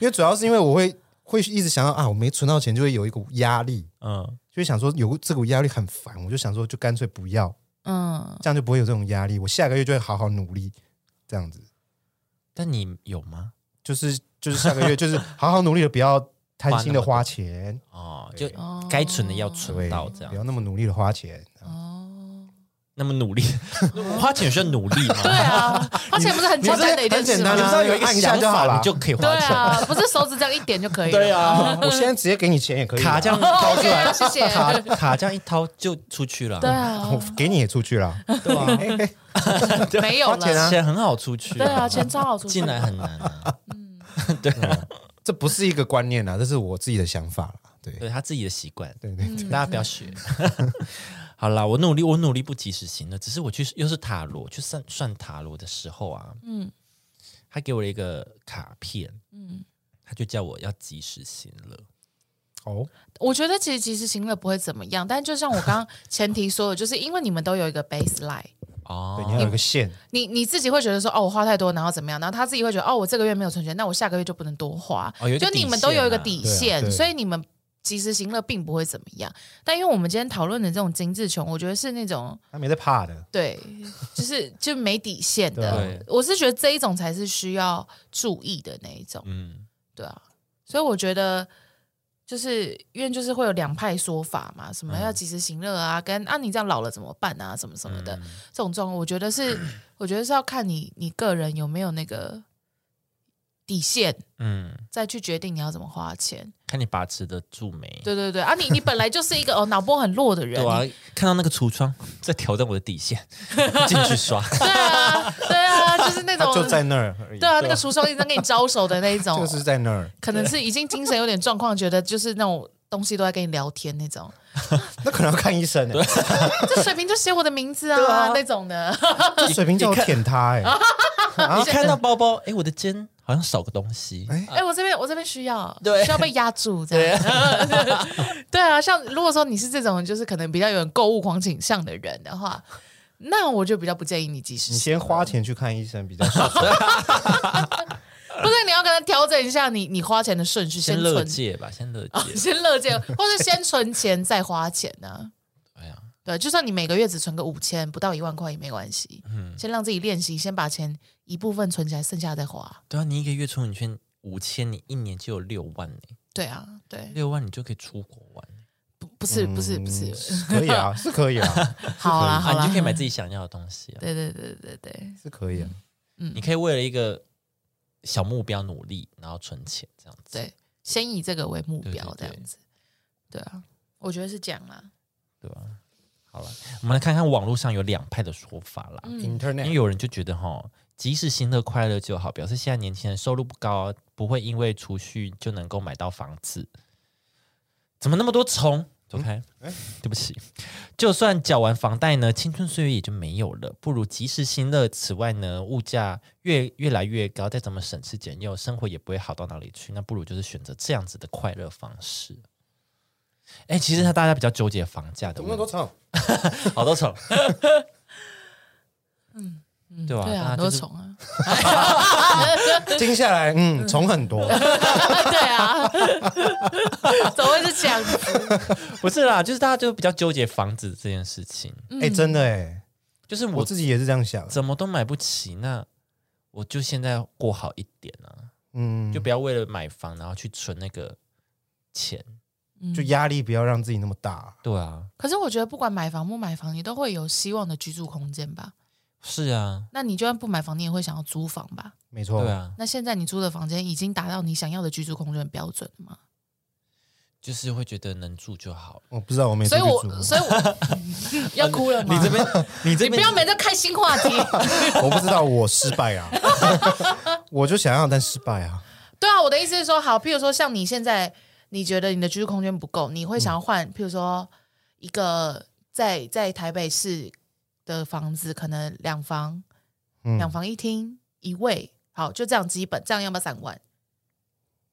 因为主要是因为我会会一直想到啊，我没存到钱，就会有一股压力，嗯，就会想说有这股压力很烦，我就想说就干脆不要，嗯，这样就不会有这种压力，我下个月就会好好努力，这样子。但你有吗？就是就是下个月就是好好努力的，不要贪心的 花钱，哦，就哦该存的要对，存到这样，不要那么努力的花钱。哦，那么努力， 花钱有需要努力吗？对啊，花钱不是很简单的一件事你这很简单你知啊吗？道有一个想按一下就好法，啦你就可以对花钱。啊，不是手指这样一点就可以了。对啊，我嗯现在直接给你钱也可以啊，卡这样掏出 OK 来啊，，谢谢。卡卡这样一掏就出去了。对啊 我，给你也出去了，对吧？ 嘿嘿没有花钱啊了。钱很好出去，对啊，钱超好出去进来很难啊。这不是一个观念啊，这是我自己的想法啦。对对他自己的习惯，对对，嗯大家不要学。 好啦，我努力，我努力不及时行乐，只是我去又是塔罗去算算塔罗的时候啊，嗯他给我了一个卡片，嗯，他就叫我要及时行乐。哦，我觉得其实及时行乐不会怎么样，但就像我刚 刚前提说的，就是因为你们都有一个 baseline，对，你哦，要有一个线，你你自己会觉得说哦，我花太多，然后怎么样？然后他自己会觉得哦，我这个月没有存钱，那我下个月就不能多花。哦有一个就你们底线啊都有一个底对啊线，对所以你们及时行乐并不会怎么样。但因为我们今天讨论的这种精致穷，我觉得是那种他没在怕的。对，就是就没底线的对。我是觉得这一种才是需要注意的那一种，嗯，对啊。所以我觉得。就是因为就是会有两派说法嘛，什么要及时行乐啊，跟啊你这样老了怎么办啊，什么什么的，这种状况，我觉得是，我觉得是要看你你个人有没有那个底线，嗯，再去决定你要怎么花钱。看你把持得住没？对对对啊你，你本来就是一个哦脑波很弱的人，对啊，看到那个橱窗 在挑战我的底 线，进去刷。对啊对啊，就是那他种就在那儿而已，啊对啊，那个橱窗一直在跟你招手的那一种，就是在那儿，可能是已经精神有点状况，觉得就是那种。东西都在跟你聊天那种，那可能要看医生欸。 这水瓶就写我的名字对啊啊那种的，这水瓶叫我舔他哎，啊一看到包包，哎，我的肩好像少个东西。 哎、我这边我这边需要，对需要被压住这样。 对啊，像如果说你是这种就是可能比较有购物狂倾向的人的话，那我就比较不建议你及时你行。先花钱去看医生比较实在。啊不是你要跟他调整一下你你花钱的顺序，先乐存界吧，先乐哦界。 先乐见，或是先存钱再花钱呢、哎呀，对，就算你每个月只存个五千，不到一万块也没关系。嗯先让自己练习，先把钱一部分存起来，剩下再花。对啊，你一个月出你圈五千，你一年就有六万呢、对啊，对，六万你就可以出国玩，不不是不是不是，嗯可以 啊，是可以啊，好啦好啊，你啦就可，以买自己想要的东西啊。对对对对对，是可以啊。你可以为了一个小目标努力，然后存钱这样子。对，先以这个为目对对标，这对样子。对啊，我觉得是这样啦。对吧？好了，我们来看看网络上有两派的说法啦。嗯因为 Internet 有人就觉得哈，及时行乐快乐就好，表示现在年轻人收入不高，啊不会因为储蓄就能够买到房子。怎么那么多嗯虫？走开！哎对不起，就算缴完房贷呢，青春岁月也就没有了，不如及时行乐。此外呢，物价越越来越高，再怎么省吃俭用，生活也不会好到哪里去。那不如就是选择这样子的快乐方式。哎，其嗯实他大家比较纠结房价的有问没有题多，长？好多 虫，嗯，对吧？对啊，那很就多是虫啊， 听下来，嗯，虫很多，对啊， 怎么会是这样子？不是啦，就是大家就比较纠结房子这件事情，嗯哎，真的哎，就是我我自己也是这样想，啊怎么都买不起，那我就现在过好一点啊，嗯，就就不要为了买房然后去存那个钱。就压力不要让自己那么大，对啊，嗯可是我觉得，不管买房不买房，你都会有希望的居住空间吧？是啊，那你就算不买房，你也会想要租房吧？没错对，啊，那现在你租的房间已经达到你想要的居住空间标准了吗？就是会觉得能住就好。我不知道我没出所以去我，住，所以我 要哭了吗？你这边，你这你不边要每次开新话题。 我不知道我失败啊， 我就想要但失败啊，对啊，我的意思是说，好，譬如说像你现在，你觉得你的居住空间不够，你会嗯想要换，譬如说一个在在台北市的房子，可能两房、嗯两房一厅一卫，好，就这样基本，这样要不要三万？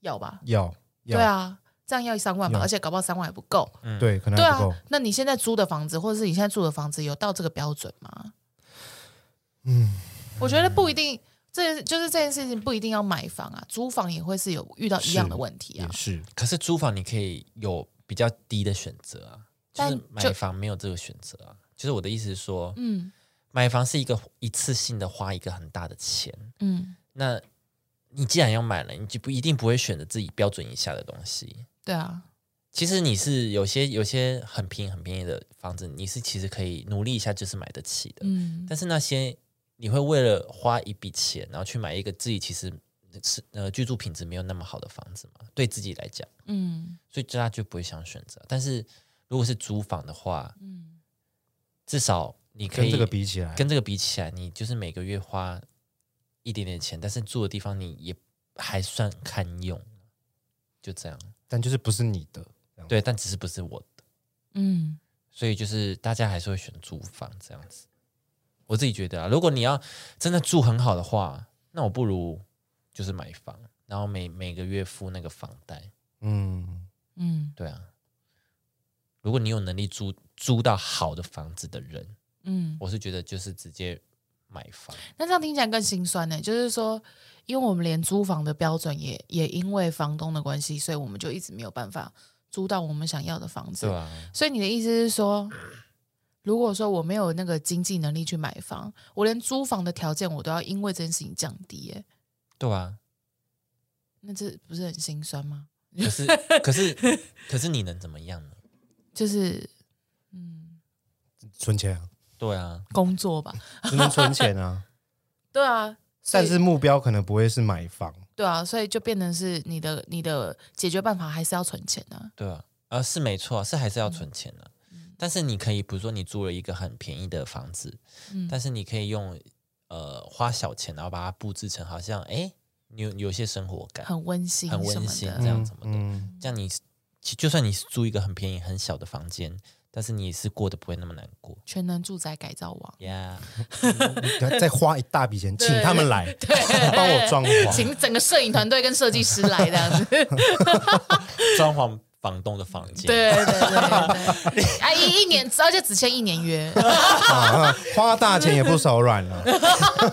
要吧？要对要啊，这样要三万吧，要而且搞不好三万还不够。对，可能对还啊不够，，那你现在租的房子，或者是你现在住的房子，有到这个标准吗？嗯我觉得不一定，这就是这件事情不一定要买房啊，租房也会是有遇到一样的问题啊也。是，可是租房你可以有比较低的选择啊，就但是就买房没有这个选择啊。就是我的意思是说，嗯买房是一个一次性的花一个很大的钱，嗯，那你既然要买了，你就不一定不会选择自己标准以下的东西。对啊，其实你是有些有些很便宜很便宜的房子，你是其实可以努力一下就是买得起的。嗯，但是那些你会为了花一笔钱，然后去买一个自己其实是呃居住品质没有那么好的房子嘛？对自己来讲，嗯所以大家就不会想选择。但是如果是租房的话，嗯，至少你可以跟这个比起来，跟这个比起来，你就是每个月花一点点钱，但是住的地方你也还算堪用，就这样。但就是不是你的，这样对，但只是不是我的，嗯，所以就是大家还是会选租房这样子。我自己觉得啊，如果你要真的住很好的话，那我不如就是买房，然后每每个月付那个房贷。嗯。嗯对啊，如果你有能力租租到好的房子的人，嗯，我是觉得就是直接买房。那这样听起来更心酸呢、欸就是说，因为我们连租房的标准也也因为房东的关系，所以我们就一直没有办法租到我们想要的房子。对啊，所以你的意思是说，如果说我没有那个经济能力去买房，我连租房的条件我都要因为这件事情降低、耶，对啊。那这不是很心酸吗？可 是可是可是你能怎么样呢？就是，嗯，存钱 啊，对啊，工作吧，只能存钱啊。 对啊，所以但是目标可能不会是买房，对啊，所以就变成是你的你的解决办法还是要存钱啊，对啊，呃，是没错啊，是还是要存钱的、啊但是你可以，比如说你租了一个很便宜的房子，嗯但是你可以用呃花小钱，然后把它布置成好像哎，你有有些生活感，很温馨，很温馨什这么的，样嗯怎么的嗯，这样你其就算你是租一个很便宜很小的房间，但是你也是过得不会那么难过。全能住宅改造网，呀、嗯再再花一大笔钱，请他们来 对帮我 装潢，请整个摄影团队跟设计师来这样 子， 装潢房东的房间，对啊对对 对，啊一一年，而且只签一年 约。啊花大钱也不手软啊 了。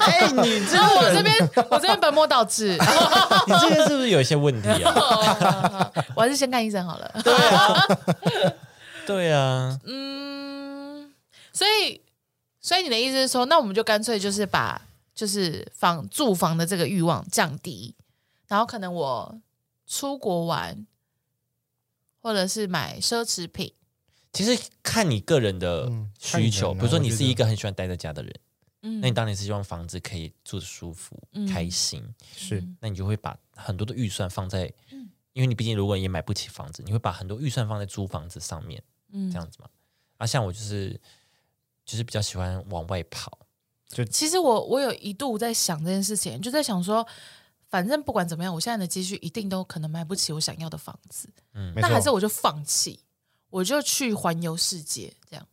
哎，你这然后我这 边，我这边本末倒置， 你这个是不是有一些问题啊？ 我还是先看医生好了。对啊，嗯，所以，所以你的意思是说，那我们就干脆就是把就是房住房的这个欲望降低，然后可能我出国玩，或者是买奢侈品，其实看你个人的嗯看需求，人啊比如说你我觉是一得个很喜欢待在家的人，嗯那你当然是希望房子可以住得舒服、嗯开心，是，那你就会把很多的预算放在，嗯因为你毕竟如果也买不起房子，你会把很多预算放在租房子上面，嗯这样子嘛。啊，像我就是就是比较喜欢往外跑，其实我我有一度在想这件事情，就在想说，反正不管怎么样，我现在的积蓄一定都可能买不起我想要的房子，没那还是错，我就放弃，我就去环游世界，这样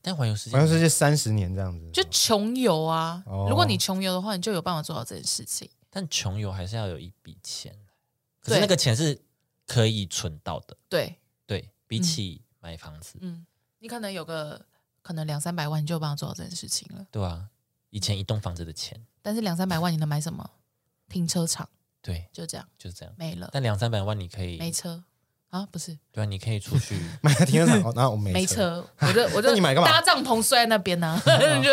但环游世界好像是三十年这样子， 就穷游啊。哦如果你穷游的话，你就有办法做到这件事情。但穷游还是要有一笔钱，可是对那个钱是可以存到的。对，对比起买房子，嗯，你可能有个可能两三百万，你就有办法做到这件事情了。对啊，以前一栋房子的钱，但是两三百万你能买什么？停车场对，就这样就是这样。没了，但两三百万你可以，没车啊？不是对啊，你可以出去买了停车 场，哦那我没没车，车，我就那我 就你买干嘛搭帐篷睡在那 边 呢、啊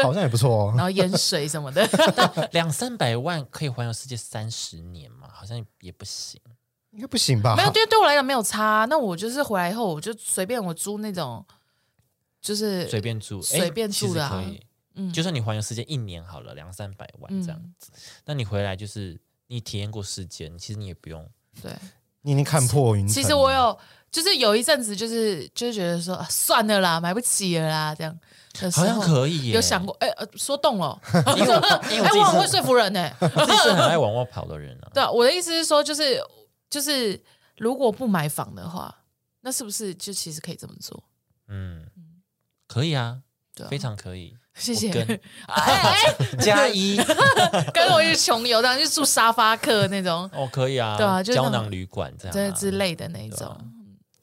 好像也不错哦然。后淹水什 么的。呃两三百万可以环游世界三十年嘛？好像也不行。应该不行吧？没有，对对我来讲没有差啊、那我就是回来以后，我就随便我租那种，就是随便住，哎呃随便住的啊其实可以。嗯就算你环游世界一年好了，两三百万这样子，那你回来就是你体验过世界，你其实你也不用。对。你已经看破云层其了。实我有，就是有一阵子，就是就是觉得说、啊算了啦，买不起了啦，这样的时好候像可以耶，有想过，哎、呃，说 动了，因为我，因为我哎、自我很己会是，说服人呢、我自己是很爱往外跑的人啊。 对啊，我的意思是说，就是就是，如果不买房的话，那是不是就其实可以这么做？嗯，可以啊，对啊非常可以。 谢谢我跟。 哎，哎加一跟我一起穷游，这样就住沙发客那种，哦，可以啊，对啊就是那胶种囊旅馆这样、这啊、之类的那一 对种啊。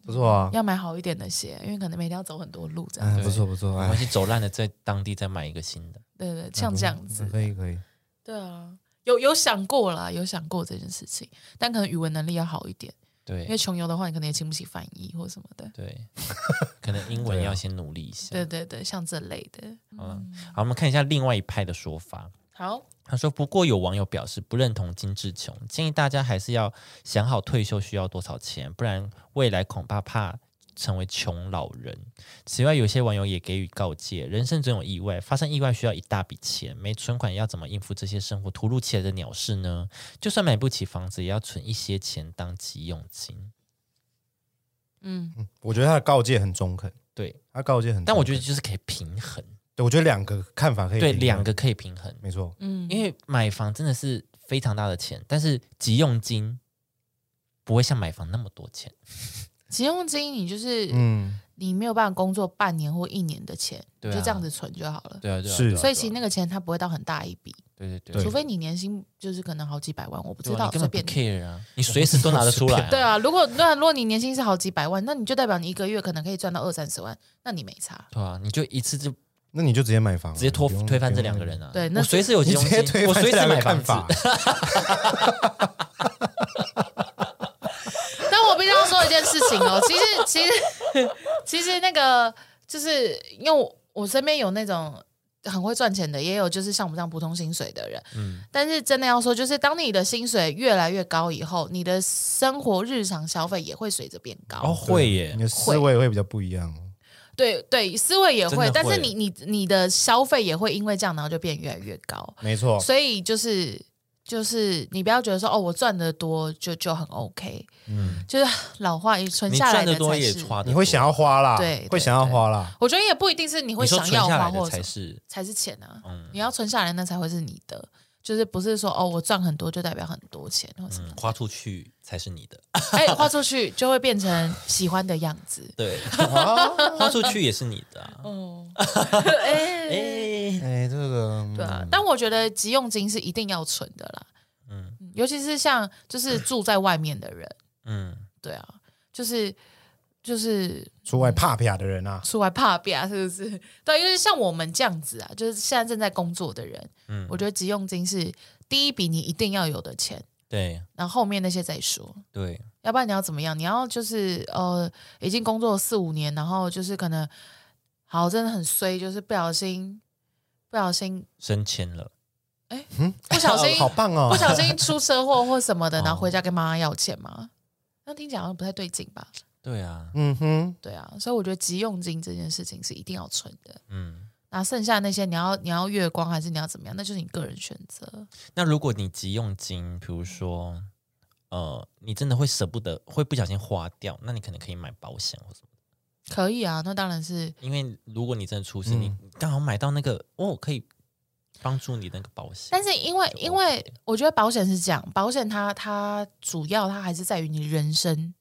不错 啊，要买好一点的鞋，因为可能每天要走很多路，这样。嗯，不错不错，没关哎，系，走烂了在当地再买一个新的。对对，像这样子。可以可以。对啊，有有想过啦，有想过这件事情，但可能语文能力要好一点，因为对穷游的话，你可能也请不起翻译或什么的。对，可能英文要先努力一下。啊对嗯对对，像这类的。好了，好，我们看一下另外一派的说法。好，他说：“不过有网友表示不认同金志琼，建议大家还是要想好退休需要多少钱，不然未来恐怕怕成为穷老人。”此外，有些网友也给予告诫：人生总有意外，发生意外需要一大笔钱，没存款要怎么应付这些生活突如其来的鸟事呢？就算买不起房子，也要存一些钱当急用金。嗯，我觉得他的告诫很中肯，对，他告诫很中肯，但我觉得就是可以平衡，对，我觉得两个看法可以对，平衡两个可以平衡，没错，嗯，因为买房真的是非常大的钱，但是急用金不会像买房那么多钱。急用金你就是、嗯，你没有办法工作半年或一年的钱，对啊你就这样子存就好了。对啊，对是所以其实那个钱它不会到很大一笔，对对对对啊除非你年薪就是可能好几百万，我不知对啊道，你根随本不便你。 care 嗯啊，你随时都拿得出来、 啊。对，啊，如果那如果你年薪是好几百万，那你就代表你一个月可能可以赚到二三十万，那你没差。对啊，你就一次就直那哦你就直接买房，接推不用推翻这两个人啊。对那我随时有不急用用你直接金，推我翻随这时两个买看房子。法，但我必须要说一件事情哦， 其实其实其实那个就是因为我我身边有那种。很会赚钱的，也有就是像我们这样普通薪水的人，嗯但是真的要说，就是当你的薪水越来越高以后，你的生活日常消费也会随着变高。哦， 会耶你，的思维会比较不一样。对对，思维也真会，的会但是你你你的消费也会因为这样，然后就变越来越高。哦没错，所以就是就是你不要觉得说哦，我赚的多就就很 OK，嗯，就是老话一存你下来赚的的多才也是。花的，你会想要花啦，对对会想要花啦，我觉得也不一定是你会你说想存要下花来的或者什才么是，才是钱啊，嗯你要存下来那才会是你的，就是不是说哦我赚很多就代表很多钱或什么嗯，，花出去才是你的。。哎、花出去就会变成喜欢的样子 对，啊，花出去也是你的 啊。哦， 哎、哎，哎，这个嗯对啊，但我觉得急用金是一定要存的啦，嗯，尤其是像就是住在外面的人，嗯，对啊，就是就是出外怕啪的人啊，出来怕别啊，是不是？ 对，因为像我们这样子啊，就是现在正在工作的人，嗯嗯，我觉得急用金是第一笔你一定要有的钱，对然后后面那些再说。对，要不然你要怎么样？你要就是呃，已经工作四五年，然后就是可能好，真的很衰，就是不小心，不小心，升迁了。不小心， 好棒哦不，小心出车祸或什么的，哦 然后回家跟妈妈要钱嘛。那听起来好像不太对劲吧？对啊，嗯哼，对啊，所以我觉得急用金这件事情是一定要存的。嗯。那剩下那些你要你要月光还是你要怎么样，那就是你个人选择。那如果你急用金，比如说，呃，你真的会舍不得，会不小心花掉，那你可能可以买保险或什么。可以啊，那当然是因为如果你真的出事，你嗯你刚好买到那个哦，可以帮助你的那个保险。但是因为就因为 OK 我觉得保险是这样，保险它它主要它还是在于你人身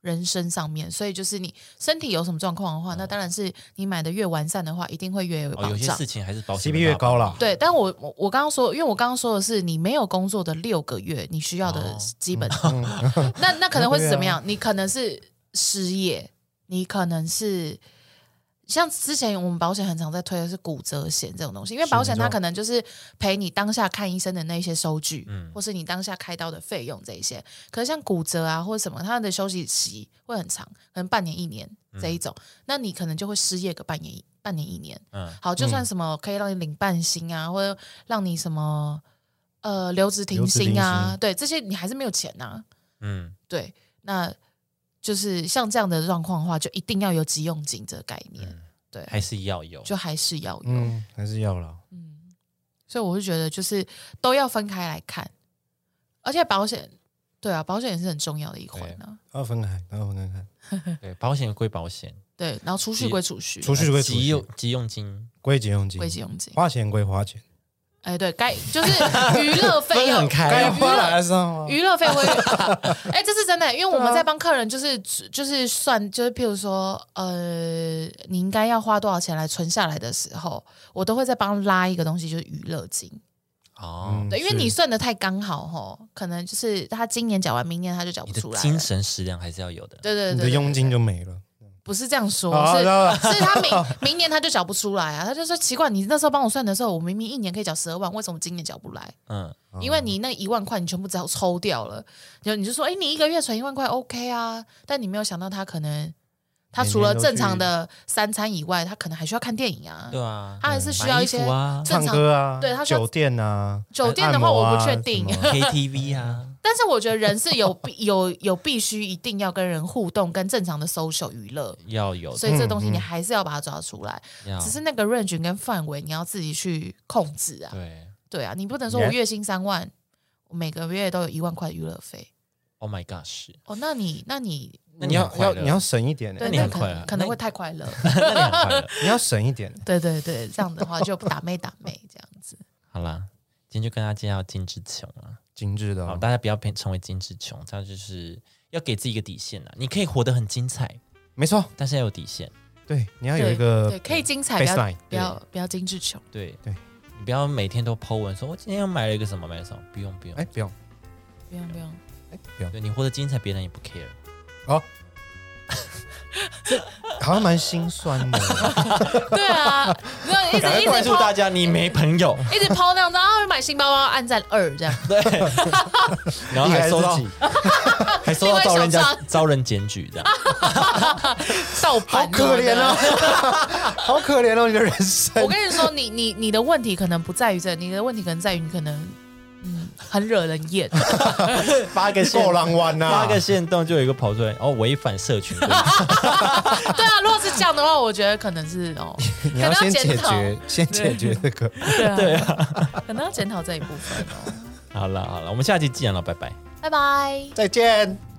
人身上面，所以就是你身体有什么状况的话，那当然是你买的越完善的话，一定会越有哦，保有些障。事情还是保险 CP 越高了。啦，对，但我我我刚刚说，因为我刚刚说的是你没有工作的六个月，你需要的哦基本，嗯 那那可能会是啊怎么样？你可能是失业，你可能是像之前我们保险很常在推的是骨折险这种东西，因为是保险没错它可能就是赔你当下看医生的那些收据，嗯或是你当下开刀的费用这一些。可是像骨折啊或者什么，它的休息期会很长，可能半年一年嗯这一种，那你可能就会失业个半年一半年一年。嗯，好，就算什么可以让你领半薪啊，或者让你什么呃留职停留职薪停啊，薪对这些你还是没有钱呐、嗯，对，那就是像这样的状况的话，就一定要有急用金这个概念，对，还是要有。就还是要有。嗯嗯，还是要啦。所以我就觉得就是都要分开来看，而且保险，对啊，保险也是很重要的一环啊。二分开，二分开看，对，保险归保险，对，然后储蓄急归储蓄，储蓄归储急蓄，用急用金，归急用金，归急用金。花钱归花钱，哎，对，该就是娱乐 费分用很开该啊。哎哦花的还是要花。娱乐费 会，哎、这是真的，因为我啊们在帮客人就是就是算，就是譬如说，呃，你应该要花多少钱来存下来的时候，我都会再帮拉一个东西，就是娱乐金。哦，对，因为你嗯是算的太刚好吼，可能就是他今年缴完，明年他就缴你不的出来了。精神食粮还是要有的。对对对你对的佣金就没了。不是这样说，啊是知道了是他明明年他就缴不出来啊，他就说奇怪，你那时候帮我算的时候，我明明一年可以缴十二万，为什么今年缴不来？嗯，因为你那一万块你全部只要抽掉了，就你就说，哎、你一个月存一万块 OK 啊，但你没有想到他可能他除了正常的三餐以外，他可能还需要看电影啊，对啊，他还是需要一些买衣服 啊正唱常歌啊，对他说酒店啊，酒店的话按摩啊我不确定 什么，KTV 啊，但是我觉得人是有 必有有必须一定要跟人互动，跟正常的 social 娱乐，要有的。嗯啊所以这个东西你还是要把它抓出来，要只是那个 range 跟范围你要自己去控制啊，对对啊，你不能说我月薪三万，我每个月都有一万块娱乐费， ，Oh my gosh，哦，那你那你那你你很要快要乐你要省一点欸，对，你那很可快能乐可能那会太快乐。那你很快乐。你要省一点欸。对对对，这样的话就不打妹打妹这样子。 好啦，今天就跟大家介绍金志琼啊，精致的好，哦，大家不要变成为金志琼，这样就是要给自己一个底线啦。你可以活得很精彩，没错，但是要有底线，对，你要对有一个对可以精彩，不要 baseline，不要不要精致穷。对对，你不要每天都 Po 文说，哦我今天又买了一个什么，买了什么，不用不用，哎，不用，不用 不用，哎，不用，对你活得精彩，别人也不 care。哦， 这好像蛮心酸 的，对啊，那一直一直抛家你没朋友，一直抛那样子啊，买新包包按赞二这样， 然后还收到自己 还收到遭人另外家一小遭人检举这 样，盗好版的可怜 啊！，好可怜哦，你的人我生。跟你说，你你你的问题可能不在于这，你的问题可能在于你可能。嗯，很惹人厌，发个够啊狼玩呐、发个线动就有一个跑出来，哦，违反社群规则，对啊。如果是这样的话，我觉得可能是哦，你要先解可能要决，先解决这个。对啊，可能要检讨这一部分哦。好了好了，我们下期见了，拜拜。拜拜。再见。